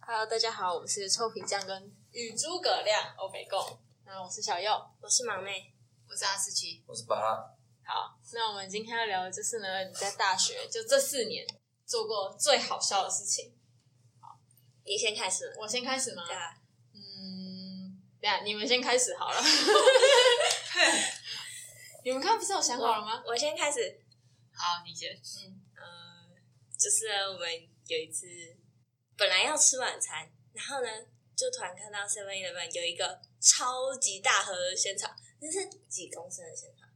Hello，大家好，我们是臭皮匠跟与诸葛亮欧北共。那我是小右。我是忙妹，我是阿思琪，我是巴拉，好，那我们今天要聊的就是呢，你在大学就这四年做过最好笑的事情。你先开始吧。我先开始吗？对啊，嗯，等一下你们先开始好了。 你们刚刚不是有想好了吗？嗯我先开始。好，你先。呃，就是呢我们有一次本来要吃晚餐，然后呢，就突然看到 Seven Eleven 有一个超级大盒的仙草，那是几公升的仙草？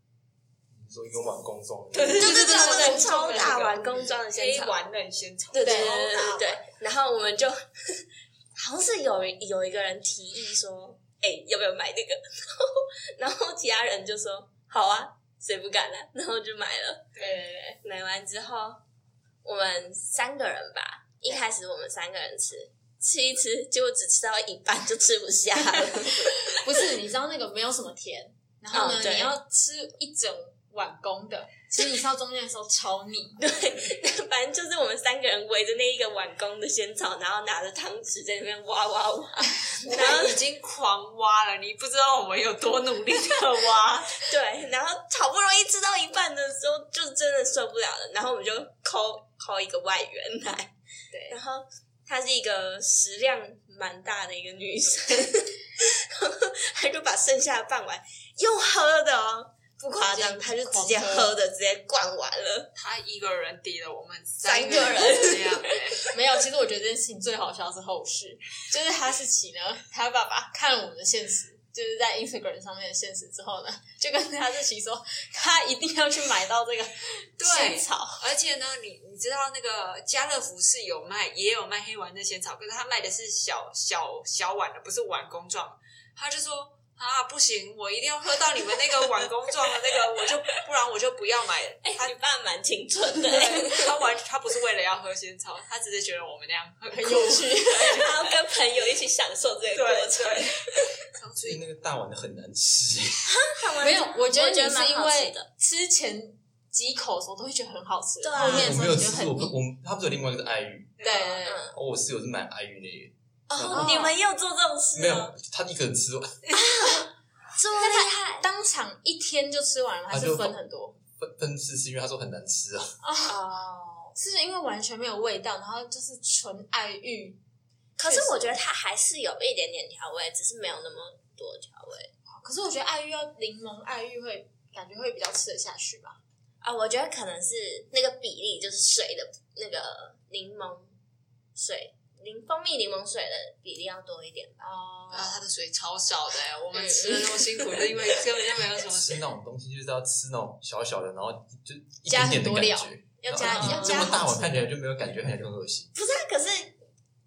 你说有满公众，对对对对超大碗公装的仙黑草。丸嫩仙草。对对对超对大对碗对。然后我们就 好像是有人有一个人提议说：“哎、要不要买那个？” 然后其他人就说：“好啊，谁不敢呢、啊？” 然后就买了。对对对，买完之后，我们三个人吧，一开始我们三个人吃，吃一吃，结果只吃到一半就吃不下 了。不是，你知道那个没有什么甜，然后呢，嗯对你要吃一整碗公的，其实你吃到中间的时候超腻。反正就是我们三个人围着那一个碗公的仙草，然后拿着汤匙在那边挖挖 挖，然后我已经狂挖了，你不知道我们有多努力的 挖。 对，然后好不容易吃到一半的时候，就真的受不了了，然后我们就 call call 一个外援来， 对，然后她是一个食量蛮大的一个女 生，然后她就把剩下的半碗又喝的哦，不夸张，她就直接喝的，直接灌完了。他一个人抵了我们三个人这样、没有。其实我觉得这件事情最好笑的是后续，就是哈士奇呢，他爸爸看了我们的现实，就是在 Instagram 上面的现实之后呢，就跟哈士奇说，他一定要去买到这个对仙草。而且呢，你你知道那个家乐福是有卖，也有卖黑丸嫩仙草，可是他卖的是小小小碗的，不是碗公状。他就说啊，不行，我一定要喝到你们那个碗公状的那个，我就不然我就不要买了。哎、你爸蛮青春的，他完他不是为了要喝仙草，他只是觉得我们那样很很有趣，他要跟朋友一起享受这个过程。对， 所以那个大碗的很难吃，欸 看完没有，我觉得我觉你得蛮是因好吃为的。吃前几口的时候都会觉得很好吃，对啊后面的我时没候有你就吃，很我不腻。我们他不是有另外一个是爱玉，对对对，嗯，哦，我室友是买爱玉那哦，你们也有做这种个，啊事没哦？有，他一个人吃完， 这么厉害当场一天就吃完了，还啊是就分很多？分分次是因为他说很难吃啊，哦！是因为完全没有味道，然后就是纯爱欲，可是我觉得它还是有一点点调味，只是没有那么多调味。可是我觉得爱玉要柠檬爱玉会感觉会比较吃得下去吧。啊，我觉得可能是那个比例，就是水的那个柠檬水、柠蜂蜜柠檬水的比例要多一点吧。哦嗯啊，他的水超少的、我们吃的那么辛苦，就因为根本就没有什 么水。吃那种东西就是要吃那种小小的，然后就一加很点点的多感料觉，要然加后要你加这么大好碗吃看起来就没有感觉，看起来就很恶 心。不是、啊，可是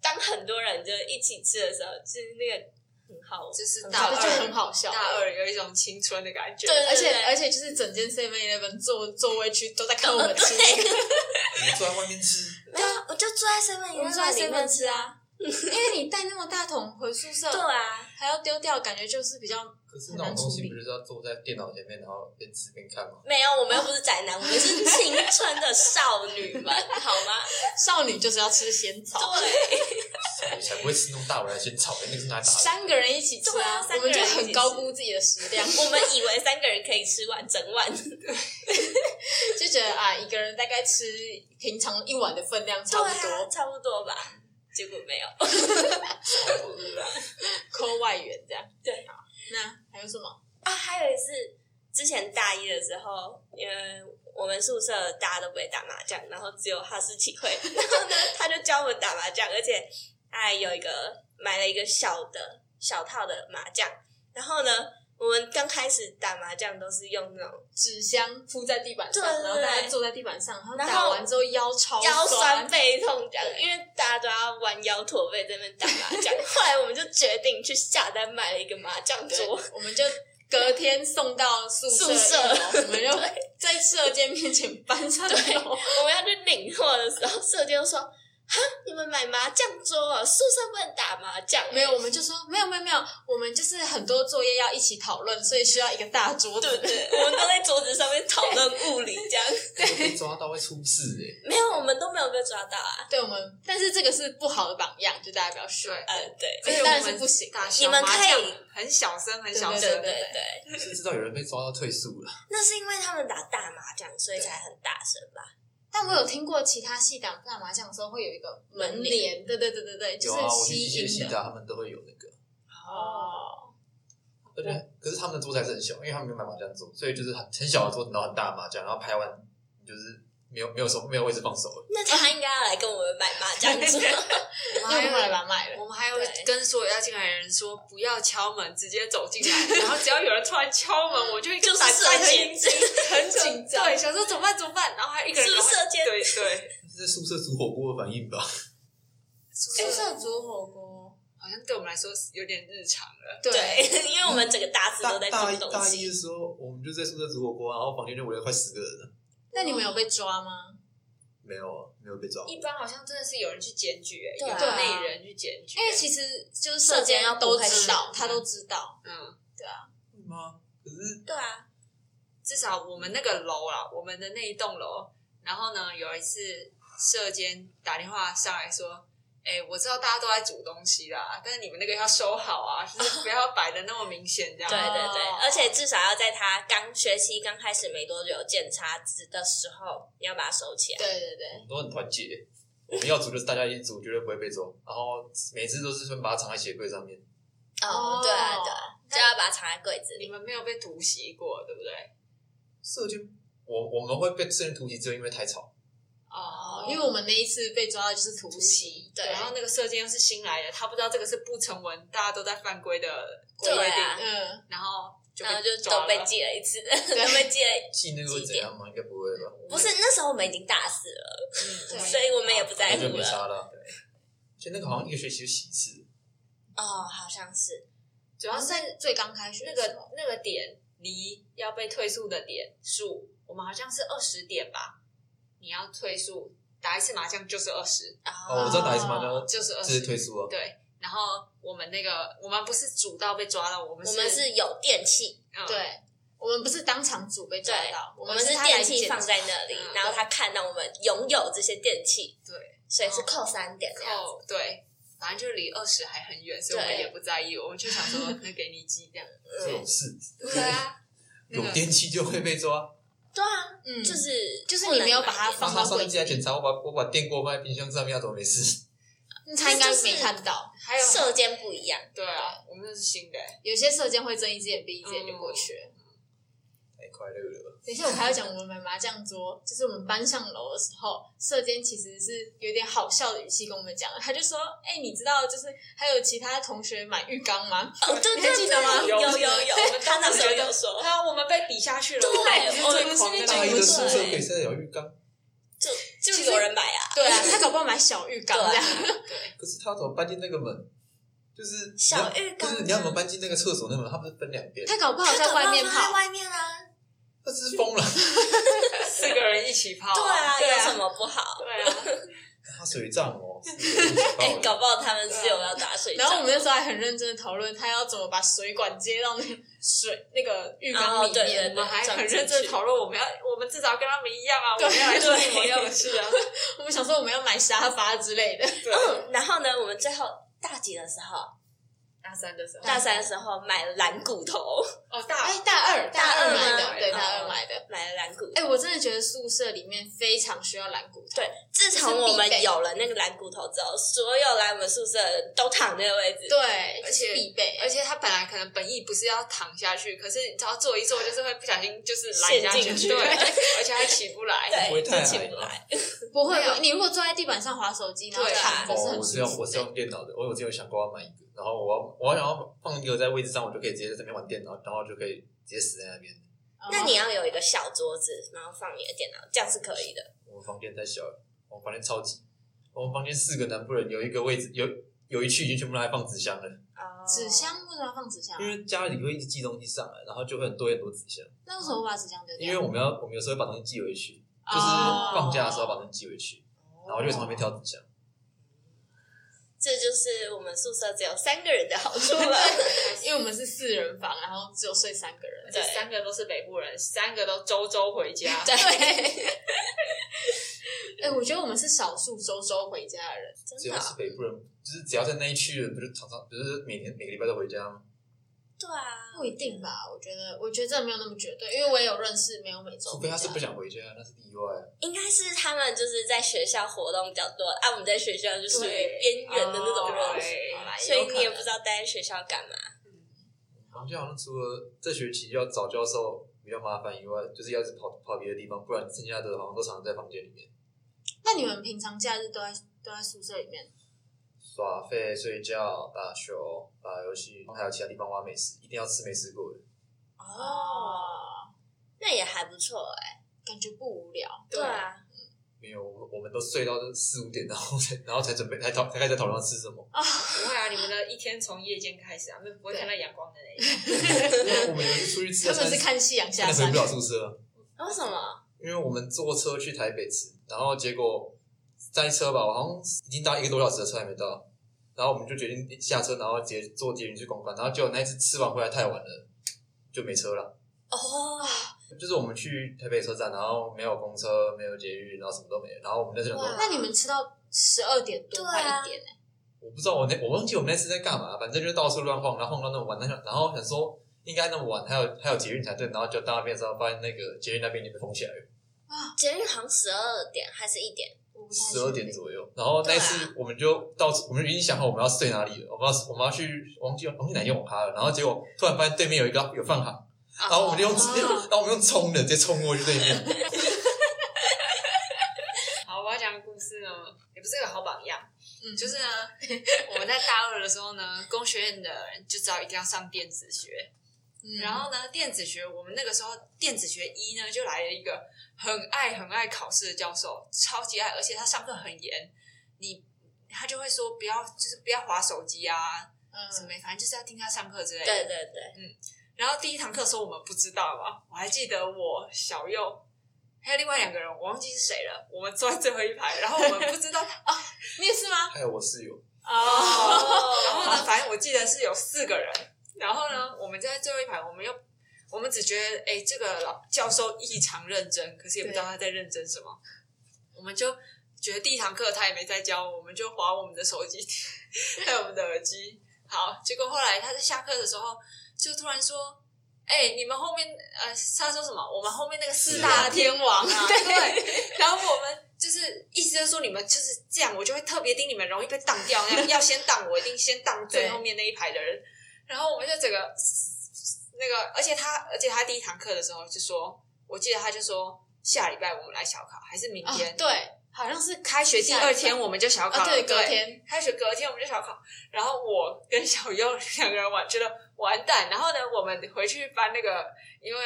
当很多人就一起吃的时候，就是那个很好，就是大大二嗯就很好笑。大二有一种青春的感觉。对而且而且就是整间 Seven Eleven 座座位区都在看我们吃，我们坐在外面吃，没有，啊我就坐在身份，我们坐在 Seven 身份吃。啊， 因为你带那么大桶回宿舍对，啊，还要丢掉，感觉就是比较可是那种东西不就是要坐在电脑前面，然后边吃边看吗？没有，我们又不是宅男，我们是青春的少女 们，好吗？少女就是要吃仙草，对，我才不会吃那种大碗的先炒，那个是拿来打的。三个人一起吃对啊我三个们人就一起吃很高估自己的食量，我们以为三个人可以吃完整碗，就觉得啊，一个人大概吃平常一碗的分量差不对啊多，差不多吧。结果没有， 抠外援这样。对好，那还有什么？啊，还有一次，之前大一的时候，因为我们宿舍大家都不会打麻将，然后只有哈士奇 会，然后呢，他就教我们打麻将，而且他还有一个买了一个小的小套的麻将，然后呢，我们刚开始打麻将都是用那种纸箱铺在地板上，对对对然后大家坐在地板上，然后然后打完之后腰超腰酸酸，背痛这样，对因为大家都要弯腰驼背在那边打麻 将，后来我们就决定去下单买了一个麻将对桌，，我们就隔天送到宿舍宿舍一楼我们 就在舍监面前搬上楼。我们要去领货的时候，社监就说：“你们买麻将桌啊，宿舍不能打麻将、没有，我们就说没有没有没有，我们就是很多作业要一起讨论，所以需要一个大桌对不子。对？我们都在桌子上面讨论物理，这样被抓到会出事哎、 没有，我们都没有被抓到啊。对，我们但是这个是不好的榜样，就大家不要学。对，呃，对，这个当然是不行打你小们麻可将以很小声，很小对对声对对，对，是知道有人被抓到退宿了， 那是因为他们打大麻将，所以才很大声吧？但我有听过其他系打打麻将的时候会有一个门帘，对对对对对，就有啊，是我去机吸械系音的。的，他们都会有那个，哦，而且可是他们的桌子还是很小，因为他们没有买麻将桌，所以就是很很小的桌子，然后很大的麻将，然后拍完就是没有没有手没有位置放手了， 那他应该要来跟我们买麻将 桌。我因们为后来还有把它卖了。我们还有对跟所有要进来的人说，不要敲门，直接走进来。 然后只要有人突然敲 门，我就一就个是胆战射箭心惊，很紧 张，对，想说怎么办怎么办。然后还有一个人是不是赶快射箭对对，这是宿舍煮火锅的反应吧？宿宿舍舍煮火锅，好像对我们来说是有点日常了。对，对，因为我们整个大四大都在大一煮东大一西的，时候，我们就在宿舍煮火锅，啊然后房间就围了快十个人了，那你们有被抓吗？没有啊，没有被抓。一般好像真的是有人去检举、欸，对啊有内人去检举、欸因为其实就是社社监监要都不会知道，知他都知道。嗯，会吗？可是对啊，至少我们那个楼啦，我们的那一栋楼，然后呢，有一次社监打电话上来说。哎、我知道大家都在煮东西啦，但是你们那个要收好啊，就是不要摆的那么明显，这样。对对对哦，而且至少要在他刚学期刚开始没多久检查值的时候，你要把它收起来。对对我对，们都很团结，我们要煮就是大家一起煮，绝对不会被抓。然后每次都是先把它藏在鞋柜上面，哦对啊对啊，就要把它藏在柜子你里。们没有被突袭过，对不对？射箭，我我们会被射箭突袭，只有因为太吵。哦因为我们那一次被抓的就是突袭，对对，然后那个射箭又是新来的，他不知道这个是不成文，大家都在犯规的规对定，啊嗯，然后就然后就抓都被了嗯记了一次， 都被记了。记那个会怎样吗？应该不会吧？不是那时候我们已经大四了，对嗯，所以我们也不在那就乎没了。杀了。而且那个好像一个学期就洗一次，哦，好像是主要是在最刚开学那的时个候那个点离要被退宿的点数，我们好像是二十点吧，你要退宿打一次麻将就是二十，哦，我知道打一次麻将就是二直接十，退出啊。对。然后我们那个，我们不是主到被抓到，我们我们是有电器，嗯对，我们不是当场煮被抓对到，我们们是他电来器检放查在那里嗯，然后他看到我们拥有这些电器，对，所以是扣三点这样子。扣哦对，反正就离二十还很远，所以我们对也不在意，我们就想 说那给你记这样。这种事对啊，有那个电器就会被抓。对啊，嗯，就是就是你没有把它不能买放他到上柜次进子来里检查，我把我把电锅放在冰箱上面，他怎么没事？他应该就是没看到。还有射箭不一样。对啊，我们那是新的欸，有些射箭会睁一只眼闭一只眼就过去了。太快乐了吧！等一下，我还要讲我们买麻将桌，就是我们搬上楼的时候，射箭其实是有点好笑的语气跟我们讲，他就说：“哎、你知道就是还有其他同学买浴缸吗？”哦，对你还对记对，得吗有有有有，我们他那当时时候觉得有说，啊，我们被比下去了，对我们是最我狂们的是大那一一的个对宿舍可以塞得了浴缸，就就有人买 啊，对啊，他搞不好买小浴缸这样。可是他怎么搬进那个门？就是你小要浴缸啊就是你要怎么搬进那个厕所那门？他不是分两边？他搞不好他在外面搞不好放在跑，外面啊，他是疯了，四个人一起泡，对啊，对有啊什，么不好？对 啊，他水账哦。哎，搞不好他们是有要打水仗。然后我们那时候还很认真的讨论他要怎么把水管接到那个水那个浴缸哦里对面。对我对们还这样很进认真去地讨论，我们要，我们至少跟他们一样啊，我对们要来做对一模一样的事啊，我们想说我们要买沙发之 类的，对，然后呢，我们最后大几的时候，大三的时候，大三的时候买了蓝骨头，哦大 哎，大二大二二买吗的，对，哦大二买 的。买了蓝骨头。哎、我真的觉得宿舍里面非常需要蓝骨头。对，自从我们有了那个蓝骨头之后，所有来我们宿舍的人都躺那个位置。对，而这且是必备。而且他本来可能本意不是要躺下去，可是你知道坐一坐就是会不小心就是来陷下进去 对，而且还起不来。不会对，太就起矮不吧来。不会没有，你如果坐在地板上滑手机，然后对啊躺着是很哦，欸我是舒要服我是的。用电脑的，我有之前有想过要买一个，然后我要我要想要放一个在位置上，我就可以直接在这边玩电脑，然后就可以直接死在那边。哦那你要有一个小桌子，然后放你的电脑，这样是可以的。我们房间太小了，我们房间超级，我们房间四个南部人有一个位置有有一区已经全部拿来放纸箱了，哦纸箱为什么要放纸箱啊因？为家里会一直寄东西上来，然后就会很多很多纸箱，那为什么我把纸箱丢掉？因为我们要我们有时候会把东西寄回去，哦就是放假的时候把东西寄回去，然后就从那边挑纸箱。这就是我们宿舍只有三个人的好处 了。因为我们是四人房，然后只有睡三个人。对三个都是北部人，三个都周周回家。对，哎、我觉得我们是少数周周回家的人。啊只真的要哦、是北部人，就是只要在那一区的，不就常常不是每天每个礼拜都回家吗？对啊，不一定吧？我觉得，我觉得这没有那么绝对，因为我也有认识没有每周除回非家他的。是不想回家，那是例外。啊应该是他们就是在学校活动比较多，啊，我们在学校就属于对边缘的那种哦人，对好啦所以你也有可能不知道待在学校干嘛。我们就好像除了这学期要找教授比较麻烦以外，就是要一直跑跑别的地方，不然剩下的好像都常常在房间里面那你们平常假日都在都在宿舍里面？耍废、睡觉、打球、打游戏，还有其他地方挖美食，一定要吃没吃过的。哦，那也还不错哎、感觉不无聊。对啊，没有，我我们都睡到四五点，然后才然后才准备才讨才开始讨论要吃什么。 不会啊，你们的一天从夜间开始啊，没有不会看到阳光的那一天。我们有一次出去吃他了们三是十，看夕阳下那时候山不。了宿舍，为什么？因为我们坐车去台北吃，然后结果塞车吧，我好像已经搭一个多小时的车还没到，然后我们就决定下车，然后直接坐捷运去公馆，然后结果那一次吃完回来太晚了，就没车了。哦，就是我们去台北车站，然后没有公车，没有捷运，然后什么都没有，然后我们那次想说哇，那你们吃到十二点多对快啊一点、欸，我不知道我那我忘记我们那次在干嘛，反正就是到处乱晃，然后晃到那么晚，然后想然后想说应该那么晚还有还有捷运才对，然后就到那边之后发现那个捷运那边已经被封起来了，节日好像十二点还是一点？我不太十二点确定啊左右。然后那对次我们就到处，我们已经想好我们要睡哪里了，我们要我们要去忘记忘记哪间网咖了，然后结果突然发现对面有一个有饭堂，然后我们就用直接，哦然后我们用冲的直接冲过去对面，好，我要讲的故事呢，也不是一个好榜样。嗯就是呢，我们在大二的时候呢，工学院的人就知道一定要上电子学。嗯然后呢，电子学我们那个时候电子学一呢，就来了一个很爱很爱考试的教授，超级爱，而且他上课很严。你他就会说不要，就是不要划手机啊，什么嗯，，反正就是要听他上课之类的。对对对，然后第一堂课的时候我们不知道嘛，我还记得我小右还有另外两个人，我忘记是谁了，我们坐在最后一排，然后我们不知道他，你也是吗？还有我室友，哦， 然哦，后呢，反正我记得是有四个人，然后呢，我们就在最后一排，我们又我们只觉得哎，这个老教授异常认真，可是也不知道他在认真什么，我们就觉得第一堂课他也没在教，我们就划我们的手机， 戴我们的耳机。好，结果后来他在下课的时候就突然说。哎、你们后面呃，他说什么？我们后面那个四大天王 啊，对。然后我们就是意思就是说，你们就是这样，我就会特别盯你们，容易被当掉。那 样要先当，我一定先当最对后面那一排的人。然后我们就整个那个，而且他，而且他第一堂课的时候就说，我记得他就说，下礼拜我们来小考，还是明啊天？对，好像是开学第二天我们就小考啊，了，对，隔天开学隔天我们就小考，然后我跟小优两个人玩，觉得完蛋。然后呢，我们回去翻那个，因为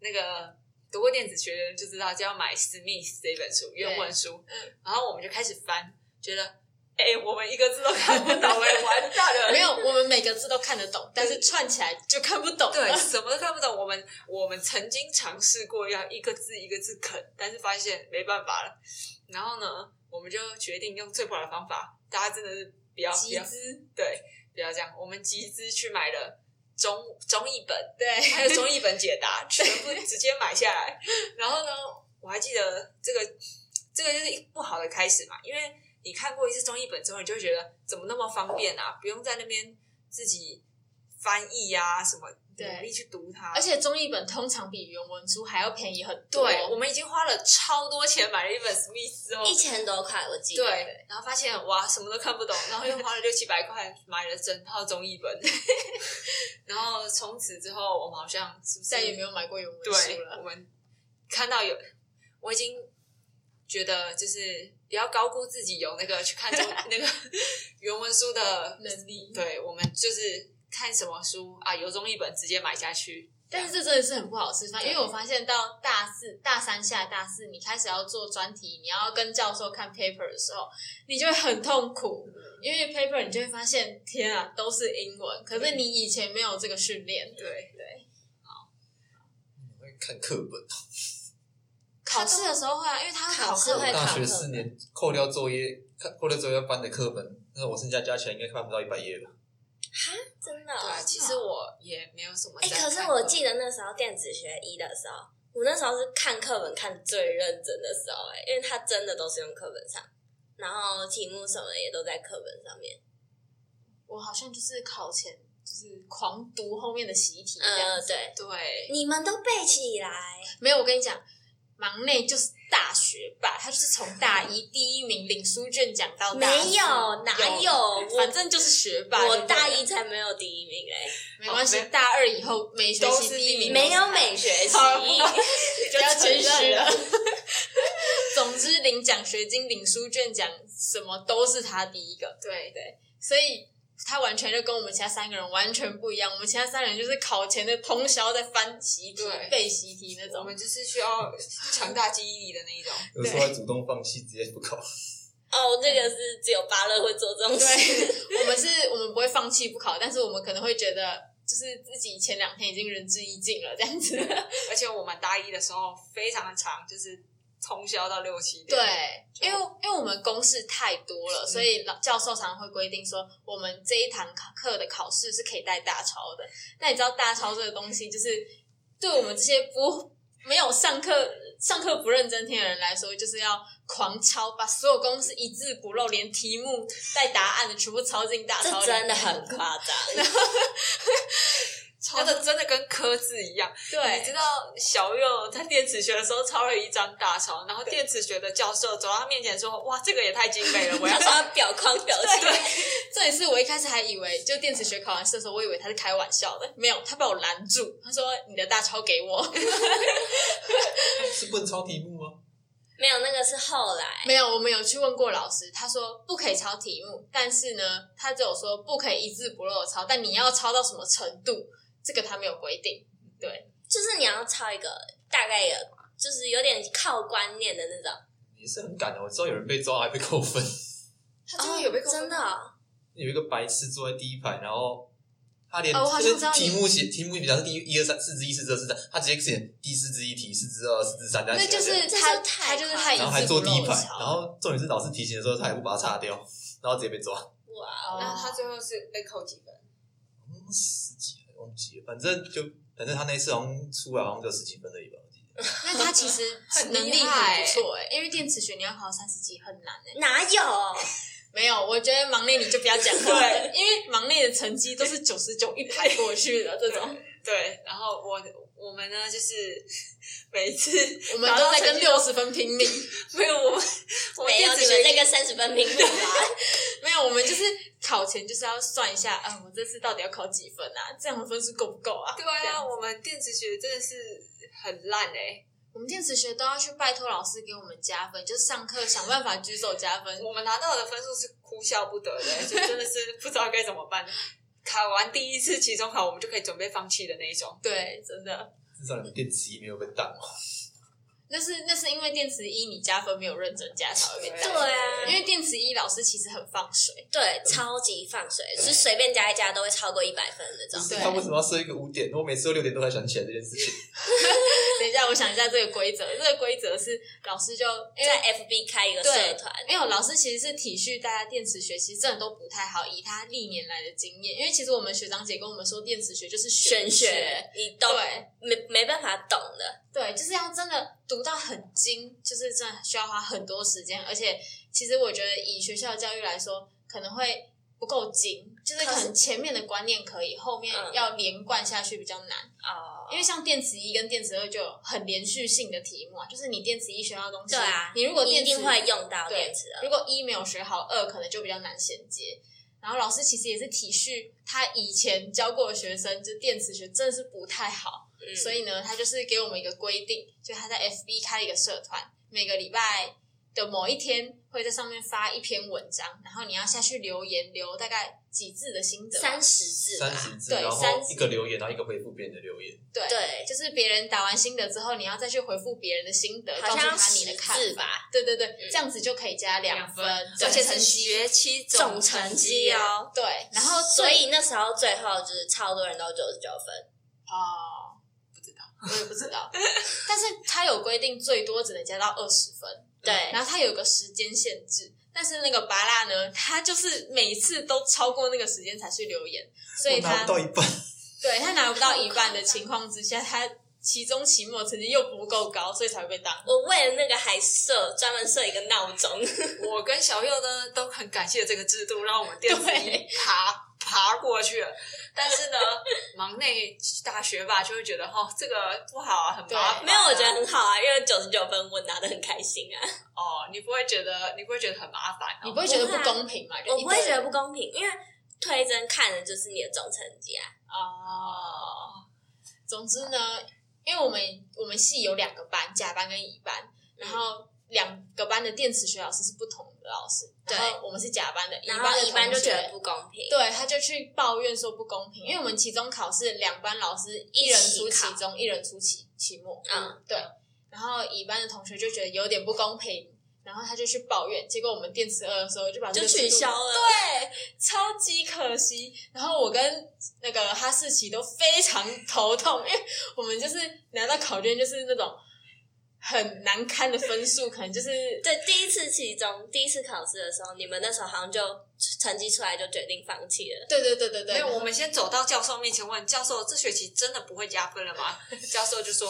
那个读过电子学的人就知道，就要买《史密斯》这本书原文书，嗯然后我们就开始翻，觉得哎、我们一个字都看不 懂、哎，完蛋了， 没有，我们每个字都看得懂，但是串起来就看不懂。 对，什么都看不懂。我们我们曾经尝试过要一个字一个字啃，但是发现没办法了。然后呢，我们就决定用最不好的方法，大家真的是不要啊不集要资，对不要这样，我们集资去买了中中译本，对，还有中译本解 答，全部直接买下来。然后呢，我还记得这个这个就是一不好的开始嘛，因为你看过一次中译本之后，你就会觉得怎么那么方便啊，不用在那边自己翻译呀、什么。对努力去读它，而且中译本通常比原文书还要便宜很多。对，我们已经花了超多钱买了一本史密斯哦，一千多块我记得。对，然后发现哇什么都看不懂， 然后又花了六七百块买了整套中译本， 然后从此之后我们好像是不是再也没有买过原文书对，我了。们看到有，我已经觉得就是不要高估自己有那个去看 中那个原文书的，能力，对我们就是看什么书啊，有中译本直接买下去，但是这真的是很不好示范，对因为我发现到大四、大三下、大四，你开始要做专题，你要跟教授看 paper 的时候，你就会很痛苦，嗯因为 paper 你就会发现，天啊，都是英文，可是你以前没有这个训练，对，我在看课本。考试的时候会啊，因为他会考考试课会本大考学课四年扣掉作业，看扣掉作业要翻的课本，那我剩下加起来应该看不到一百页吧？真的哦。对啊，嗯其实我也没有什么哎、在看可过。是我记得那时候电子学一的时候，我那时候是看课本看最认真的时候、哎，因为它真的都是用课本上，然后题目什么的也都在课本上面。我好像就是考前就是狂读后面的习题这样呃，子。对，对，你们都背起来，没有，我跟你讲，忙内就是大学霸，他就是从大一第一名领书卷奖到没大四哦有，哪有？反我正就是学霸。就我对了大一才没有第一名、没关系哦没，大二以后每学都期是第一第一哎，名名都没是有他每学期，好不要谦虚了了。总之，领奖学金、领书卷奖什么都是他第一个，对对，所以他完全就跟我们其他三个人完全不一样。我们其他三人就是考前的通宵在翻习题对、背习题那 我种。们就是需要强大记忆力的那一种。有时候还主动放弃，直接不考。哦，这个是只有芭乐会做这种事。对，我们是我们不会放弃不考，但是我们可能会觉得。就是自己前两天已经仁至义尽了，这样子。而且我们大一的时候非常的长，就是通宵到六七点。对，因为因为我们公式太多了，所以老教授常常会规定说，我们这一堂课的考试是可以带大抄的。那你知道大抄这个东西，就是对我们这些不没有上课上课不认真听的人来说，就是要狂抄，把所有公式一字不漏，连题目带答案的全部抄进大抄这里。真的很夸张，抄的真的跟科字一样。你知对，道小右在电磁学的时候抄了一张大抄，然后电磁学的教授走到他面前说：“哇，这个也太精美了，我要他抄。说表框表情，这也是我一开始还以为，就电磁学考完试的时候，我以为他是开玩笑的，没有，他把我拦住，他说：“你的大抄给我。” 是不能抄题目吗？没有那个是后来。没有，我们有去问过老师，他说不可以抄题目，但是呢，他只有说不可以一字不漏的抄，但你要抄到什么程度，这个他没有规定。就是你要抄一个大概的，就是有点靠观念的那种。也是很赶啊的，我知道有人被抓还被扣分。他真的有被扣分真的哦、有一个白痴坐在第一排，然后他连、哦我好像就知道是你题目写题目，比方是第一、一二、三、四之一、四之二、四之三，他直接写第四之一题、四之二、四之三这样那写下就来，是这他，是他太就是快他一然后还字坐不第一漏排的， 抄。然后重点是老师提醒的时候，他还不把它擦掉，然后直接被抓。哇， 哦然后他最后是被扣几分？嗯，十几分忘记了，反正就反正他那一次好像出来好像就十几分而已吧，我记得。那他其实很能力厉害 很不错哎、因为电磁学你要考三十级很难哎、哪有？没有，我觉得忙内你就不要讲话了，因为忙内的成绩都是九十九一排过去的这种， 对，然后我我们呢，就是 每次 我们都在跟六十分拼 命。没有我们我们没有，电你磁们学这个三十分评啊论吧？没有，我们就是考前就是要算一下，啊，我这次到底要考几分啊？这样的分数够不够啊？对这样啊，子我们电磁学真的是很烂哎、我们电磁学都要去拜托老师给我们加分，就是上课想办法举手加分。我们拿到的分数是哭笑不得的、就真的是不知道该怎么办。考完第一次期中考，我们就可以准备放弃的那一种。对，真的，至少你们电磁一没有被挡嘛。那是那是因为电磁一你加分没有认真加才会被对打，因啊，为电磁一老师其实很放水，对，超级放水，是随便加一加都会超过一百分那就种。是对他为什么要设一个五点？我每次都六点都才想起来这件事情。等一下我想一下这个规则，这个规则是老师就因为在 FB 开一个社团，没有，老师其实是体恤大家电磁学，其实真的都不太好。以他历年来的经验，因为其实我们学长姐跟我们说，电磁学就是玄学学，你懂对没没办法懂的，对，就是要真的读到很精，就是真的需要花很多时间，而且其实我觉得以学校的教育来说，可能会不够精，就是可可是能前面的观念可以，后面嗯要连贯下去比较难。哦因为像电磁一跟电磁二就有很连续性的题目啊，就是你电磁一学到的东西，对啊，你如果一电磁定会用到对电池的，如果一没有学好，二可能就比较难衔接。然后老师其实也是体恤他以前教过的学生，就电磁学真的是不太好，嗯所以呢，他就是给我们一个规定，就他在 FB 开一个社团，每个礼拜的某一天会在上面发一篇文章，然后你要下去留言，留大概几字的心得吧，三十字三吧，十字，对然后30一个留言，然后一个回复别人的留言。对。对，就是别人打完心得之后，你要再去回复别人的心得，告好诉像他你十的看字嗯法。吧，对对对，这样子就可以加两两分，分而且成是绩学期总总成成绩绩哦。哦。对。然后最所以那时候最后就是超多人都九十九分，啊哦，不知道，我也不知道。但是它有规定，最多只能加到二十分，对然后它有个时间限制。但是那个拔蜡呢，他就是每次都超过那个时间才去留言，所以我拿他不到一半，对他拿不到一半的情况之下，他期中、期末成绩又不够高，所以才会被当。我为了那个还设专门设一个闹 钟，我跟小佑呢都很感谢这个制度，让我们电子一爬爬过去了。但是呢，忙内大学霸就会觉得哦，这个不好啊，很麻烦啊、对没有，我觉得很好啊，因为九十九分我拿的很开心啊，哦，你不会觉得你不会觉得很麻烦、哦，你不会觉得不公平吗？我不会觉得不啊公平，因为推甄看的就是你的总成绩啊，。啊哦总之呢，因为我们我们系有两个班，甲班跟乙班，嗯然后两个班的电磁学老师是不同的老师，对然后我们是甲班的，然班后的一般就同学觉得不公平，对，他就去抱怨说不公平，因为我们期中考是两班老师一人出期中，一人出期期末，嗯，对。然后乙班的同学就觉得有点不公平，然后他就去抱怨，结果我们电磁二的时候就把这就个制取度消了。对，超级可惜。然后我跟那个哈士奇都非常头痛，因为我们就是拿到考卷就是那种很难堪的分数，可能就是对，第一次期中，第一次考试的时候，你们那时候好像就成绩出来就决定放弃了。对对对对没对有，，我们先走到教授面前问教授：“这学期真的不会加分了 吗？”教授就说：“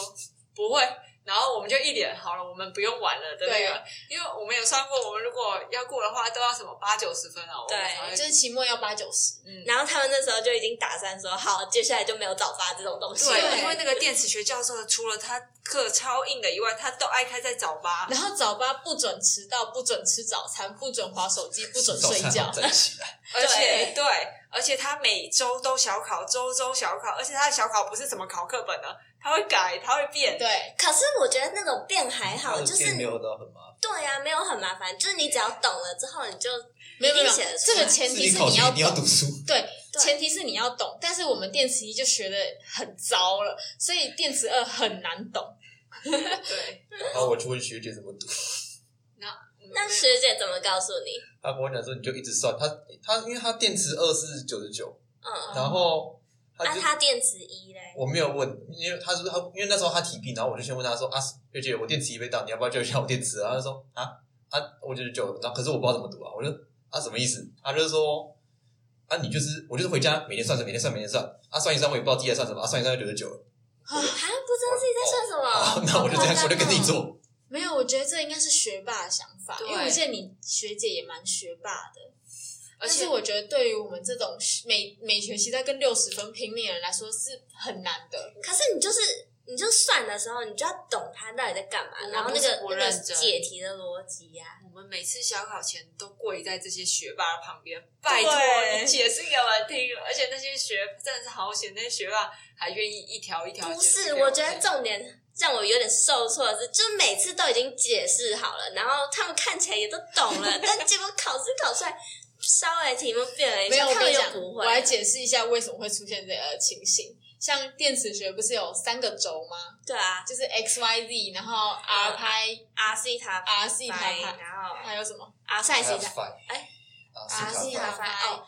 不会。”然后我们就一脸好了，我们不用玩了的那对个，因为我们有算过，我们如果要过的话，都要什么八九十分啊，我们对才会就是期末要八九十。嗯，然后他们那时候就已经打算说，好，接下来就没有早八这种东西对，了。因为那个电磁学教授除了他课超硬的以外，他都爱开在早八。然后早八不准迟到，不准吃早餐，不准划手机，不准 早睡餐觉好。站起来，而且对，而且他每周都小考，周周小考，而且他的小考不是怎么考课本呢，他会改，他会变。对，可是我觉得那种变还好，他的就是电没有到很麻烦。对啊，没有很麻烦，就是你只要懂了之后，你就没有没有，一没定写有得出这个来前提自己是考你题要你要懂读书，对，对前提是你要懂。但是我们电磁一就学的很糟了，所以电磁二很难懂。对，然后我就问学姐怎么读，那学姐怎么告诉你？她跟我讲说你就一直算，她她因为她电池二是九十九，嗯，然后她啊，就她电池一嘞，我没有问，因为他是他，因为那时候他提病，然后我就先问他说啊，学姐，我电池一被盗，你要不要救一下我电池啊？他就说啊啊，我就是救，然后可是我不知道怎么读啊，我就啊什么意思？他就是说啊，你就是我就是回家每天算算，每天算每天算，啊算一算我也不知道自己在算什么，啊算一算就九十九了，啊，不知道自己在算什啊么。那我就这样，我就跟你好夸张哦。做，没有，我觉得这应该是学霸的想法，对因为我记得你学姐也蛮学霸的。而但是且我觉得对于我们这种每每学期在跟六十分拼命的人来说是很难的。可是你就是。你就算的时候，你就要懂他到底在干嘛，我们然后那不是个不那个认真解题的逻辑啊呀、我们每次小考前都跪在这些学霸旁边，拜托对你解释给我们听。而且那些学真的是好险，那些学霸还愿意一条一条不解释是，给我我们觉听。得重点让我有点受挫的是，就每次都已经解释好了，然后他们看起来也都懂了，但结果考试考出来，稍微题目变了一没下，有，我他跟们你又讲，不我会。来解释一下为什么会出现这个情形。像电磁学不是有三个轴吗？对啊就是 x、y、z，然后 r 哦拍、 ，R C 塔 r c 塔白，拍，然后还有什么？ R 赛还西有塔，反哎啊啊是是他啊哦，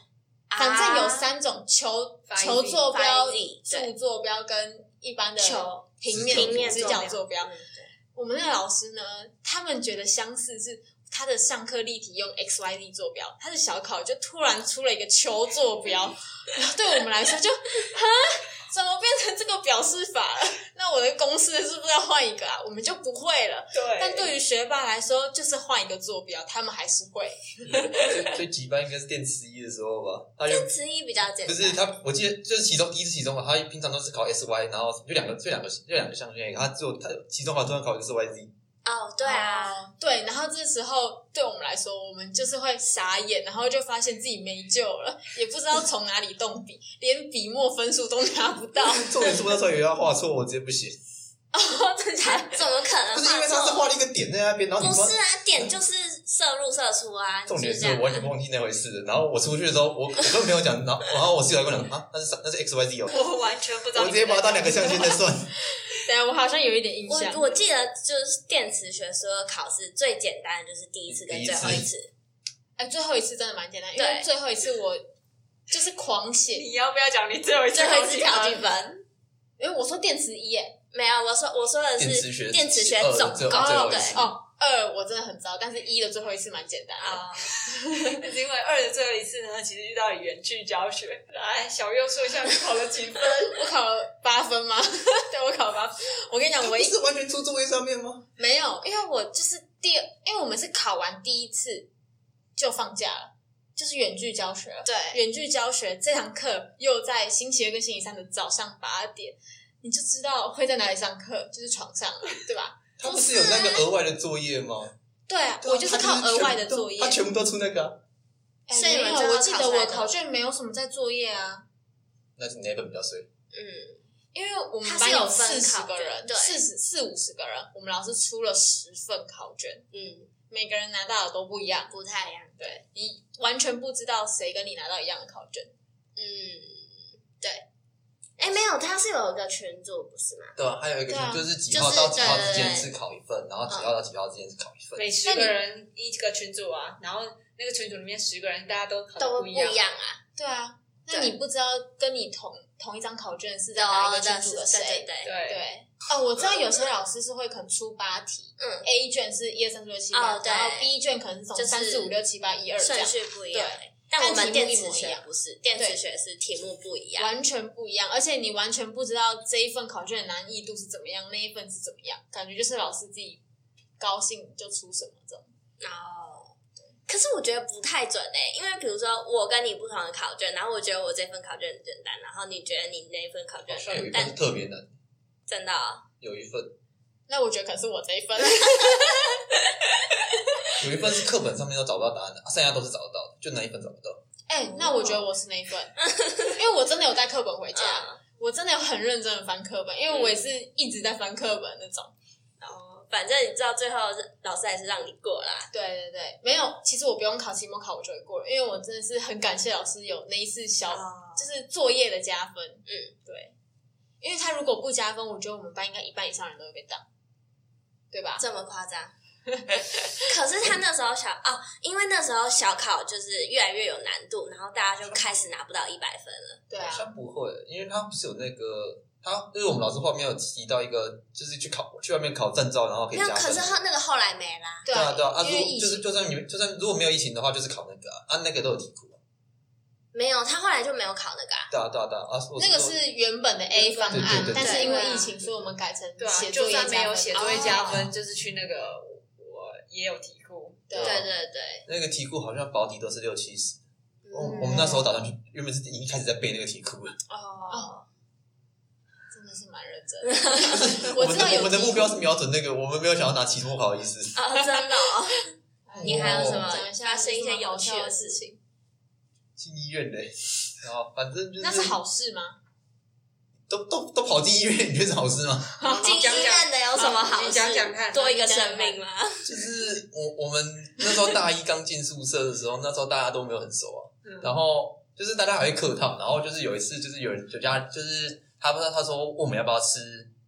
反正有三种球 Phi 球坐标 Phi、Z，对柱坐标跟一般的球平平面面直角坐标嗯。对我们那个老师呢，他们觉得相似是他的上课例题用 x、y、z 坐标，他的小考就突然出了一个球坐标，然后对我们来说就 哈。怎么变成这个表示法了？那我的公式是不是要换一个啊？我们就不会了。对但对于学霸来说，就是换一个坐标，他们还是会。最最急班应该是电池一的时候吧，他就这词嗯义比较简单，不是他，我记得就是其中第一次期中考，他平常都是考 S Y，然后就两个就两个就两个项圈，他只有他期中考突然考一个是 Y Z，哦，对啊，哦，对，然后这时候对我们来说，我们就是会傻眼，然后就发现自己没救了，也不知道从哪里动笔，连笔墨分数都拿不到。重点是我那时候有要画错，我直接不写， 他怎么可能不画是错？因为他是画了一个点在那边，然后你不说是啊，点就是射入射出啊，重点是是这样我完全忘记那回事了。然后我出去的时候，我我跟朋友讲，然后然后我室友还跟我讲啊，那是啥那是 X Y Z 哦，我完全不知道我你直接们在把它当讲什么。两个象限在算。 对啊，我好像有一点印象我。我记得就是电磁学所有考试最简单的就是第一次跟最后一次，哎，最后一次真的蛮简单，因为对最后一次我就是狂写，你要不要讲你最后一次最后一次考调几积分。因为我说电磁一耶，没有，我说我说的电磁学是电磁学总只有共只哦有最后一对次哦二我真的很糟，但是一的最后一次蛮简单的。啊， 那是因为二的最后一次呢，其实遇到了远距教学。来，小右说一下你考了几分？我考了八分吗？ 对，我考了八分。我跟你讲，不唯一是完全出座位上面吗？ 没有，因为我就是第二，因为我们是考完第一次就放假了，就是远距教学了。对，远距教学这堂课又在星期二跟星期三的早上八点，你就知道会在哪里上课，就是床上了，对吧？他不是有那个额外的作业吗？对啊，对啊我就是靠额外的作业他。全部都他全部都出那个、啊，哎所以你没们有，最后我记考得出来我的考卷没有什么在作业啊，那是哪一本比较衰？嗯，因为我们它班是有四分十考个卷人，对四十四五十个人，我们老师出了十份考卷，嗯，每个人拿到的都不一样。不太一样，对你完全不知道谁跟你拿到一样的考卷。嗯，对。哎，没有，它是有一个群组，不是吗？对啊，还有一个对啊就是几就号是到几号对之对间对是考一份，然后几号到几号之间是考一嗯份。每十个人一个群组啊，然后那个群组里面十个人，大家都考得都不不一一样。样啊，对啊，那对你不知道跟你同同一张考卷啊是在哪一哦，个群对组对的对谁？对，对，对，哦，我知道有些老师是会可能出八题嗯， ，A 卷是一二三四五六七八，哦对然后 B 卷可能是从就是三四五六七八一二这顺样，序不一样欸对。但我但们题目电一模子一学样不是，电对子学是题目不一样。完全不一样，而且你完全不知道这一份考卷的难易度是怎么样，那一份是怎么样，感觉就是老师自己高兴就出什么这种。哦，可是我觉得不太准诶、因为比如说我跟你不同的考卷，然后我觉得我这份考卷很简单，然后你觉得你那一份考卷好哎像有很一份是难，特别难，真的哦、有一份那我觉得可能是我这一份，有一份是课本上面都找不到答案的，啊剩下都是找得到的，就那一份找不到。 哎、那我觉得我是那一份，因为我真的有带课本回家，嗯我真的有很认真的翻课本，因为我也是一直在翻课本那种。嗯，哦，反正你知道最后是老师还是让你过啦。对对对，没有，其实我不用考期末考，我就会过了，因为我真的是很感谢老师有那一次小，啊就是作业的加分。嗯，对，因为他如果不加分，我觉得我们班应该一半以上人都会被当，对吧？这么夸 张？可是他那时候小哦，因为那时候小考就是越来越有难度，然后大家就开始拿不到一百分了。对好啊，像不会，因为他不是有那个他，因为我们老师后面有提到一个，就是去考去外面考证照，然后可以没有，加可分是。后那个后来没啦。对啊对啊，啊因如为果疫就情是就算你就算如果没有疫情的话，就是考那个啊，啊那个都有题库啊。没有，他后来就没有考那个、啊。对啊对啊对啊，啊我那个是原本的 A 方对对案对，但是因为对啊疫情，所以我们改成对啊写，就作业加算分。没有写作业加哦分，就是去那个我也有题库。啊对对对对，那个题库好像保底都是六七十。嗯我我们那时候打算去，原本是已经开始在背那个题库了。哦，真的是蛮认真 的。我们知的道有我们的题目标是瞄准那个，我们没有想要拿期末考的意思。哦，真的、哦。你还有什么讲一下发生一些有趣的事事情？进医院嘞，然后反正就是那是好事吗？都都都跑进医院，你觉得是好事吗？ 进医院的有什么好你事？讲讲看多一个生命吗？就是我我们那时候大一刚进宿舍的时候，那时候大家都没有很熟啊，嗯然后就是大家还会客套，然后就是有一次就是有人就家就是他不知道他说问我们要不要吃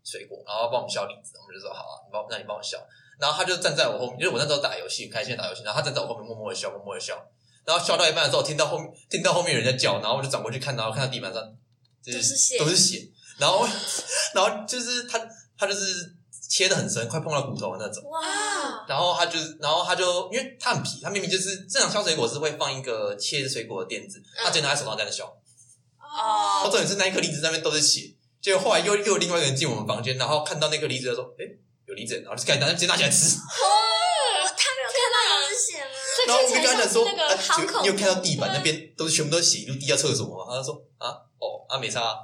水果，然后帮我们削李子，我们就说好啊，你帮我那你帮我削，然后他就站在我后面，因为我那时候打游戏很开心地打游戏，然后他站在我后面默默的削，默默的削，然后削到一半的时候，听到后面 听到后面有人在叫，然后我就转过去看，然后看到地板上就都是血都是血，然后然后就是他他就是切的很深，快碰到骨头的那种。哇，然后他就是，然后他就，因为他很皮，他明明就是正常削水果是会放一个切水果的垫子，嗯他直接拿在手上在那削。然后哦重点是那一颗梨子上面都是血，结果后来又又有另外一个人进我们房间，然后看到那颗梨子就说：“哎，有梨子。”然后就开始拿直接拿起来吃。我他没有看到有血吗？然后我们就跟他讲说：“ 这听起来啊像是那个好请问你有看到地板恐怖那边都是全部都是血，一路滴到厕所吗？”他就说：“啊，哦，啊没差啊。”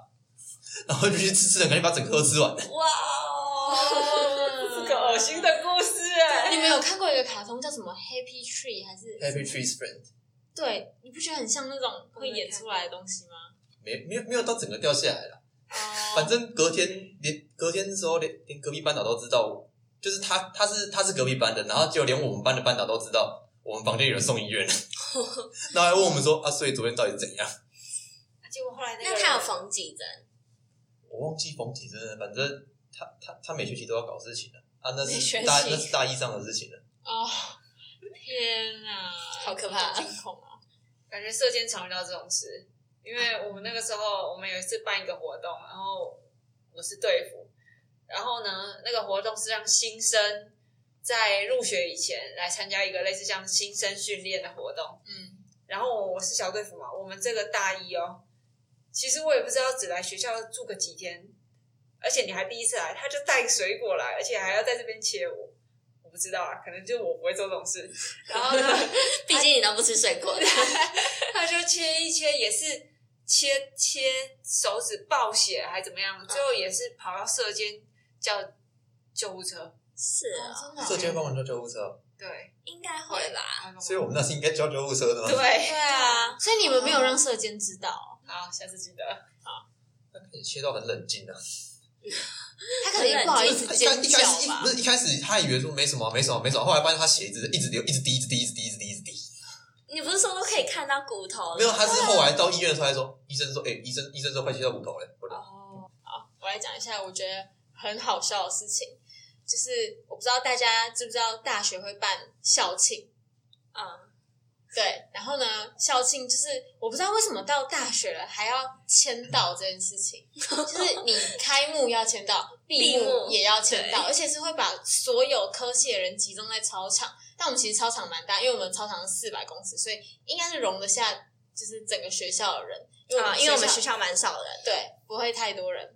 然后就去吃吃，赶紧把整颗吃完。哇哦，这个恶心的故事哎， 你们有看过一个卡通叫什么《Happy Tree》还是？ Happy Tree's friend，对，你不觉得很像那种会演出来的东西吗？没没有没有到整个掉下来了。哦反正隔天连隔天的时候，连连隔壁班导都知道，就是他他是他是隔壁班的，然后就连我们班的班导都知道，我们房间有人送医院了，然后还问我们说啊，所以昨天到底怎样？结果后来那他有缝几针？我忘记缝几针了，反正他他他每学期都要搞事情的啊，那每是学期大那是大一上的事情了。哦，天哪，好可怕好惊恐哦！感觉射箭常遇到这种事，因为我们那个时候我们有一次办一个活动，然后我是队服，然后呢，那个活动是让新生在入学以前来参加一个类似像新生训练的活动，嗯，然后我是小队服嘛，我们这个大一哦，其实我也不知道只来学校住个几天，而且你还第一次来，他就带水果来，而且还要在这边切我，我不知道啊，可能就是我不会做这种事。然后呢，毕竟你都不吃水果， 他就切一切，也是切切手指爆血还怎么样，最后也是跑到射间叫救护车。是哦啊，真的哦这间帮我叫救护车，对，应该会吧？他跟我所以我们那是应该叫救护车的哎嘛。对对，啊，所以你们没有让社监知道哦，好，下次记得。对，切到很冷静的、啊。他可能也不好意思他一开尖一开始叫一吧不。是一开始他以为说没什么没什么没什么，后来发现他血一直一直流一直滴一直滴一直滴一直滴一直滴，你不是说都可以看到骨头了？没有，他是后来到医院的时候才说，医生说，哎、医生医生说快切到骨头了，我哦，我来讲一下我觉得很好笑的事情，就是我不知道大家知不知道大学会办校庆，嗯，对，然后呢，校庆就是我不知道为什么到大学了还要签到这件事 情，就是你开幕要签到，闭闭幕也要签到，对而且是会把所有科系的人集中在操场。但我们其实操场蛮大，因为我们操场是四百公尺，所以应该是容得下就是整个学校的人，因为我啊，们因为我们校学校蛮少人，对，不会太多人。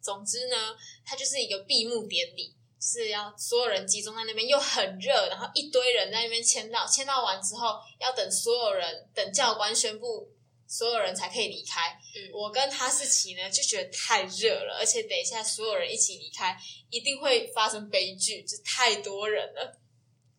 总之呢，它就是一个闭幕典礼，就是要所有人集中在那边，又很热，然后一堆人在那边签到，签到完之后要等所有人，等教官宣布。所有人才可以离开。嗯我跟哈士奇呢就觉得太热了，而且等一下所有人一起离开，一定会发生悲剧，就太多人了，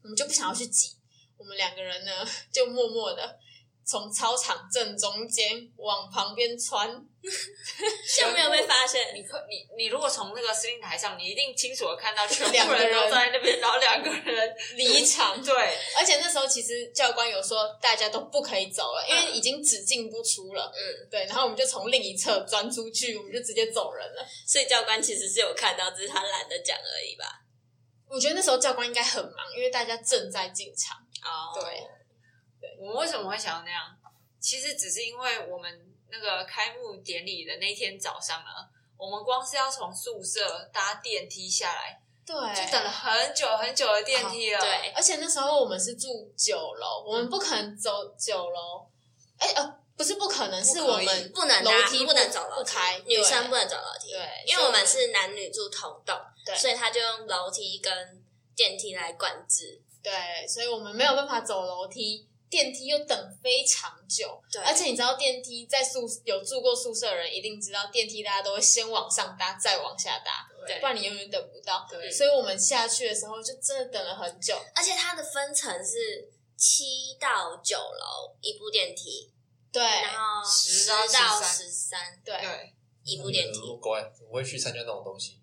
我们就不想要去挤。我们两个人呢 就默默的从操场正中间往旁边穿，就没有被发现。你可你你如果从那个司令台上，你一定清楚的看到全两部个人人都在那边，然后两个人离场。对，而且那时候其实教官有说大家都不可以走了，因为已经只进不出了。嗯，对，然后我们就从另一侧钻出去，我们就直接走人了。所以教官其实是有看到，只是他懒得讲而已吧。我觉得那时候教官应该很忙，因为大家正在进场。哦对，我们为什么会想要那样？其实只是因为我们那个开幕典礼的那天早上呢，我们光是要从宿舍搭电梯下来，对就等了很久很久的电梯了。哦对哎而且那时候我们是住九楼，我们不可能走九楼。哎、呃，不是不可能，不可是以我们不能搭楼梯不能走楼不梯开，女生不不能走楼梯，对因为我们是男女住同栋，对所以他就用楼梯跟电梯来管制。对，所以我们没有办法走楼梯，电梯又等非常久。对而且你知道电梯在宿有住过宿舍的人一定知道，电梯大家都会先往上搭，再往下搭，对不然你永远等不到。对所以我们下去的时候就真的等了很久。而且它的分层是七到九楼一部电梯，对然后10到到十三对，对一部电梯。乖，我会去参加那种东西。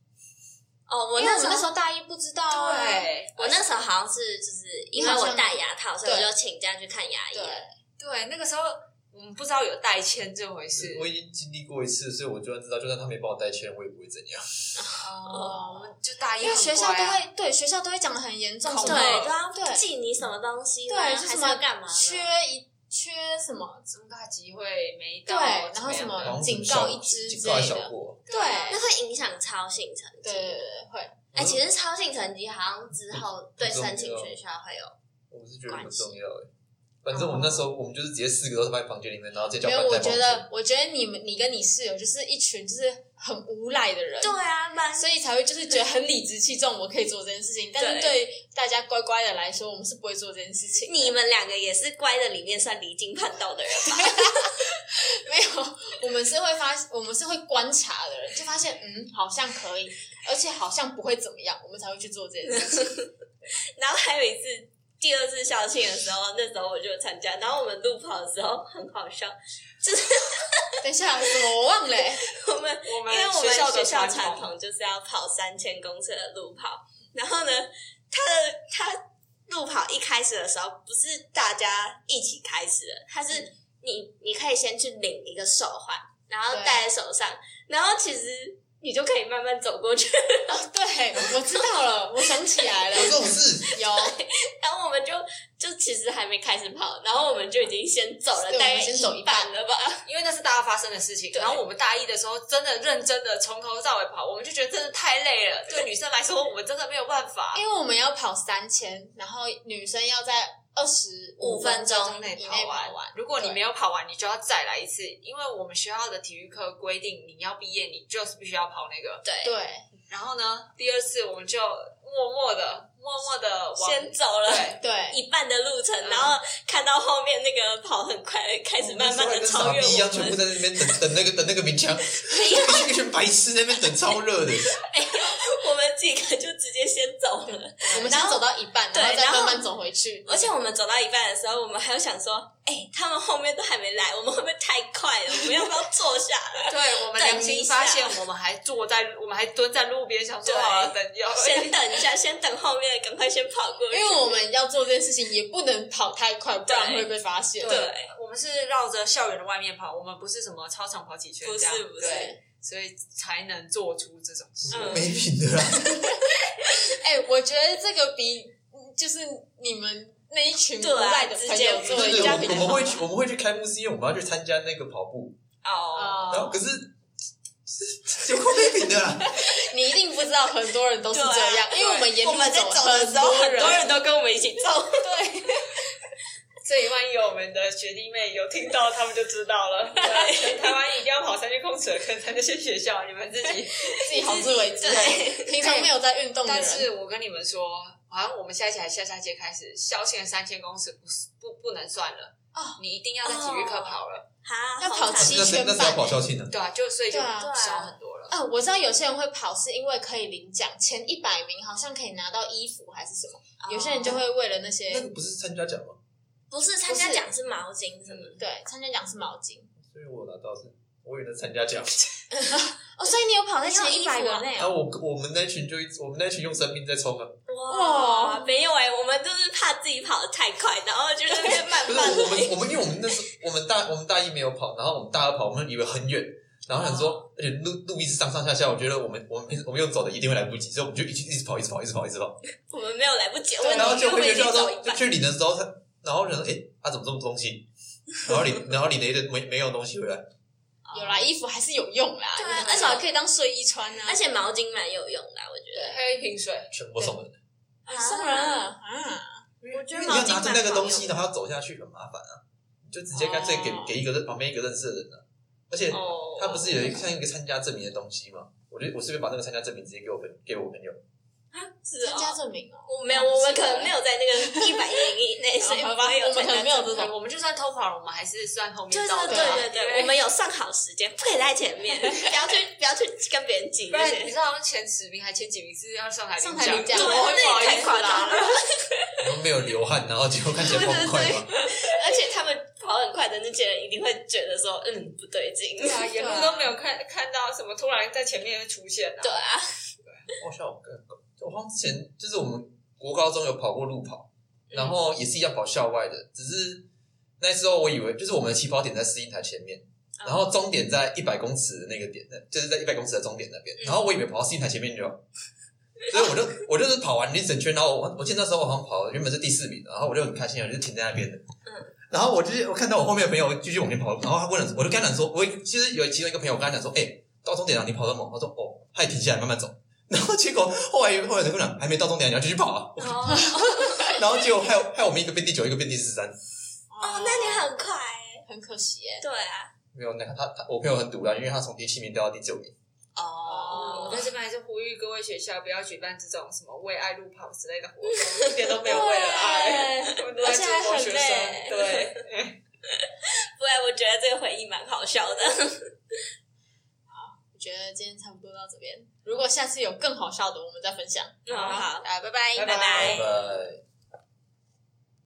哦，我因为那我时们那时候候大一不知道啊。对我那时候好像是就是因为你好我像戴牙套，所以我对就请假去看牙医对了。对，那个时候我们不知道有代签这回事。我已经经历过一次，所以我就算知道，就算他没帮我带钱，我也不会怎样。哦，我们就大一因为学校很都乖啊会对学校都会讲的很严重，恐什怖对，么都要对记你什么东西啦，对，就还什是么要干嘛呢？缺一缺什么，什么大集会没对到，怎然后什样么的然后警告一只警告之类的小过，啊对那会影响超性成绩。对对对对，会哎、其实超性成绩好像之后对申请学校会有，我是觉得不重要哎、反正我们那时候，我们就是直接四个都是放在房间里面，然后直接叫没有，班我带房觉间。得我觉得你们你跟你室友就是一群就是很无赖的人，对啊，蛮所以才会就是觉得很理直气壮，我可以做这件事情。但是对对大家乖乖的来说，我们是不会做这件事情的。你们两个也是乖的里面算离经叛道的人吧？ 没有，我们是会发，我们是会观察的人，就发现嗯，好像可以，而且好像不会怎么样，我们才会去做这件事情。 然后还有一次。第二次校庆的时候，那时候我就有参加，然后我们路跑的时候很好笑，等一下，什么我忘了 欸、我们我们因为我们学校学的校传传统就是要跑三千公尺的路跑，然后呢，他的他路跑一开始的时候不是大家一起开始的，他是你你可以先去领一个手环，然后戴在手上，然后其实你就可以慢慢走过去， 对，我知道了，我想起来了有，这种 事？有，然后我们就就其实还没开始跑，然后我们就已经先走了，对大概我们先走一一半了吧？因为那是大家发生的事情。对然后我们大一的时候真的认真的从头到尾跑，我们就觉得真的太累了。对女生来说，我们真的没有办法。因为我们要跑三千，然后女生要在二十五分钟钟内以跑内完跑完。如果你对没有跑完，你就要再来一次，因为我们学校的体育课规定，你要毕业，你就是必须要跑那个。对，对，然后呢，第二次我们就默默的、默默的往先走了。对，对，一半的路程，嗯然后看到后面那个跑很快，开哦始慢慢的超越跟傻逼一我样，全部们。在那边等等那个等那个鸣枪，啊 一群一群白痴在那边等，超热的。 我们几个就直接先走了，我们然先后走到一半，对然后再然后慢慢走回去。而且我们走到一半的时候，我们还有想说，哎、他们后面都还没来，我们会不会太快了？我们要不要坐下来？对我们等良一心下发现，我们还坐在，我们还蹲在路边，想说对好了，啊等要先等一下，先等后面的，赶快先跑过因去。为我们要做这件事情，也不能跑太快，不然对会被发现。对，我们是绕着校园的外面跑，我们不是什么操场跑几圈不这样，是不是对，所以才能做出这种事。嗯没品的啦，哎、我觉得这个比就是你们那一群不对啊赖的直朋接友对做对一对，下我比们较我们好会去我们会去开幕式，因为我们要去参加那个跑步，哦，嗯然后啊！可是有够没品的啦。你一定不知道，很多人都是这样，对因为我们沿我路们在走的很时候，多很人多人都跟我们一起走。这一万一有我们的学弟妹有听到，他们就知道了。对全台湾一定要跑三千公尺的坑才能进学校，你们自己。自己好自为之。对平常没有在运动的但人，是我跟你们说，好像我们下一期还下下届开始，校庆的三千公尺不是不不能算了。哦你一定要在体育课跑了，哈要跑好惨七那是那是要跑校庆哦的，对啊，就所以就对啊少很多了。啊，我知道有些人会跑，是因为可以领奖，前一百名好像可以拿到衣服还是什么。有些人就会为了那些那哦个不是参加奖吗？不是参加奖是毛巾什么的，对参加奖是毛巾所以我拿到是，我以为那参加奖。哦，所以你有跑在前你有一百衣服啊个内然后哦。我我们那群就一直我们那群用生命在冲啊，哇哇，没有哎、我们就是怕自己跑得太快，然后就是被慢不是慢 我们我们因为我们那时候我们大我们大一没有跑，然后我们大二跑，我们以为很远，然后想说，而且路路一直上上下下，我觉得我们我们平时我们用走的一定会来不及，所以我们就一直一直跑，一直跑，一直跑，一直跑，我们没有来不及，我对们然后就因回为学已经校之走后一就半，去领的时候，他然后人说，诶，他、怎么这么多东西？然后领然后领了一堆没没有东西回来，有啦，衣服还是有用啦，哦对啊至少可以当睡衣穿啊。而且毛巾蛮有用的啊，我觉得。还有一瓶水，全部送人。送人了啊！我觉得因为你毛要巾拿着蛮那个好东西，用的然后要走下去很麻烦啊，你就直接干脆给、哦给一个认旁边一个认识的人啊，而且。哦他不是有一个像一个参加证明的东西吗？我就我顺便把那个参加证明直接给我朋给我朋友，是参加哦。证明哦，我没有，我们可能没有在那 个一百零以 内，所以好不吧会有我们可能没有这参加种我们就算偷跑了，我们还是算后对面到对的。啊对对对，我因为们有上好时间，不可以在前面，不要去不要去跟别人挤不那然你些。知道好像前十名还前几名是要上台上领台领奖，奖对对，我我会不那好也意太思夸啦张。了，然后没有流汗，然后结果看起来跑很快嘛。而且他们跑很快的那些人一定会觉得说，嗯，不对劲。对啊，沿对路啊都没有看看到什么，突然在前面出现啊对。啊，我像我我好像之前就是我们国高中有跑过路跑，然后也是一样跑校外的，只是那时候我以为就是我们的起跑点在司令台前面，然后终点在一百公尺的那个点，那就是在一百公尺的终点那边，然后我以为跑到司令台前面就好。所以我就我就是跑完一整圈，然后我我记得那时候我好像跑原本是第四名，然后我就很开心，我就停在那边的。 然后我就是我看到我后面的朋友继续往前跑，然后他问了，我就跟他讲说，我其实有其中一个朋友，我跟他讲说，哎、到终点了，你跑得猛。他说哦，他也停下来慢慢走。 然后结果后来后来跟我讲，还没到终点，你要继续跑啊。哦，然后结果害我害我们一个变第九，一个变第十三。哦那你很快欸。很可惜耶。对啊，没有那个他他我朋友很堵啦，因为他从第七名掉到第九名。哦，我在这边还是呼吁各位学校不要举办这种什么为爱路跑之类的活动，一点都没有为了爱，对我们都在折磨而且还学很累生。对，不然我觉得这个回忆蛮好笑的。我觉得今天差不多到这边，如果下次有更好笑的，我们再分享。嗯好啊，拜拜，拜拜拜拜。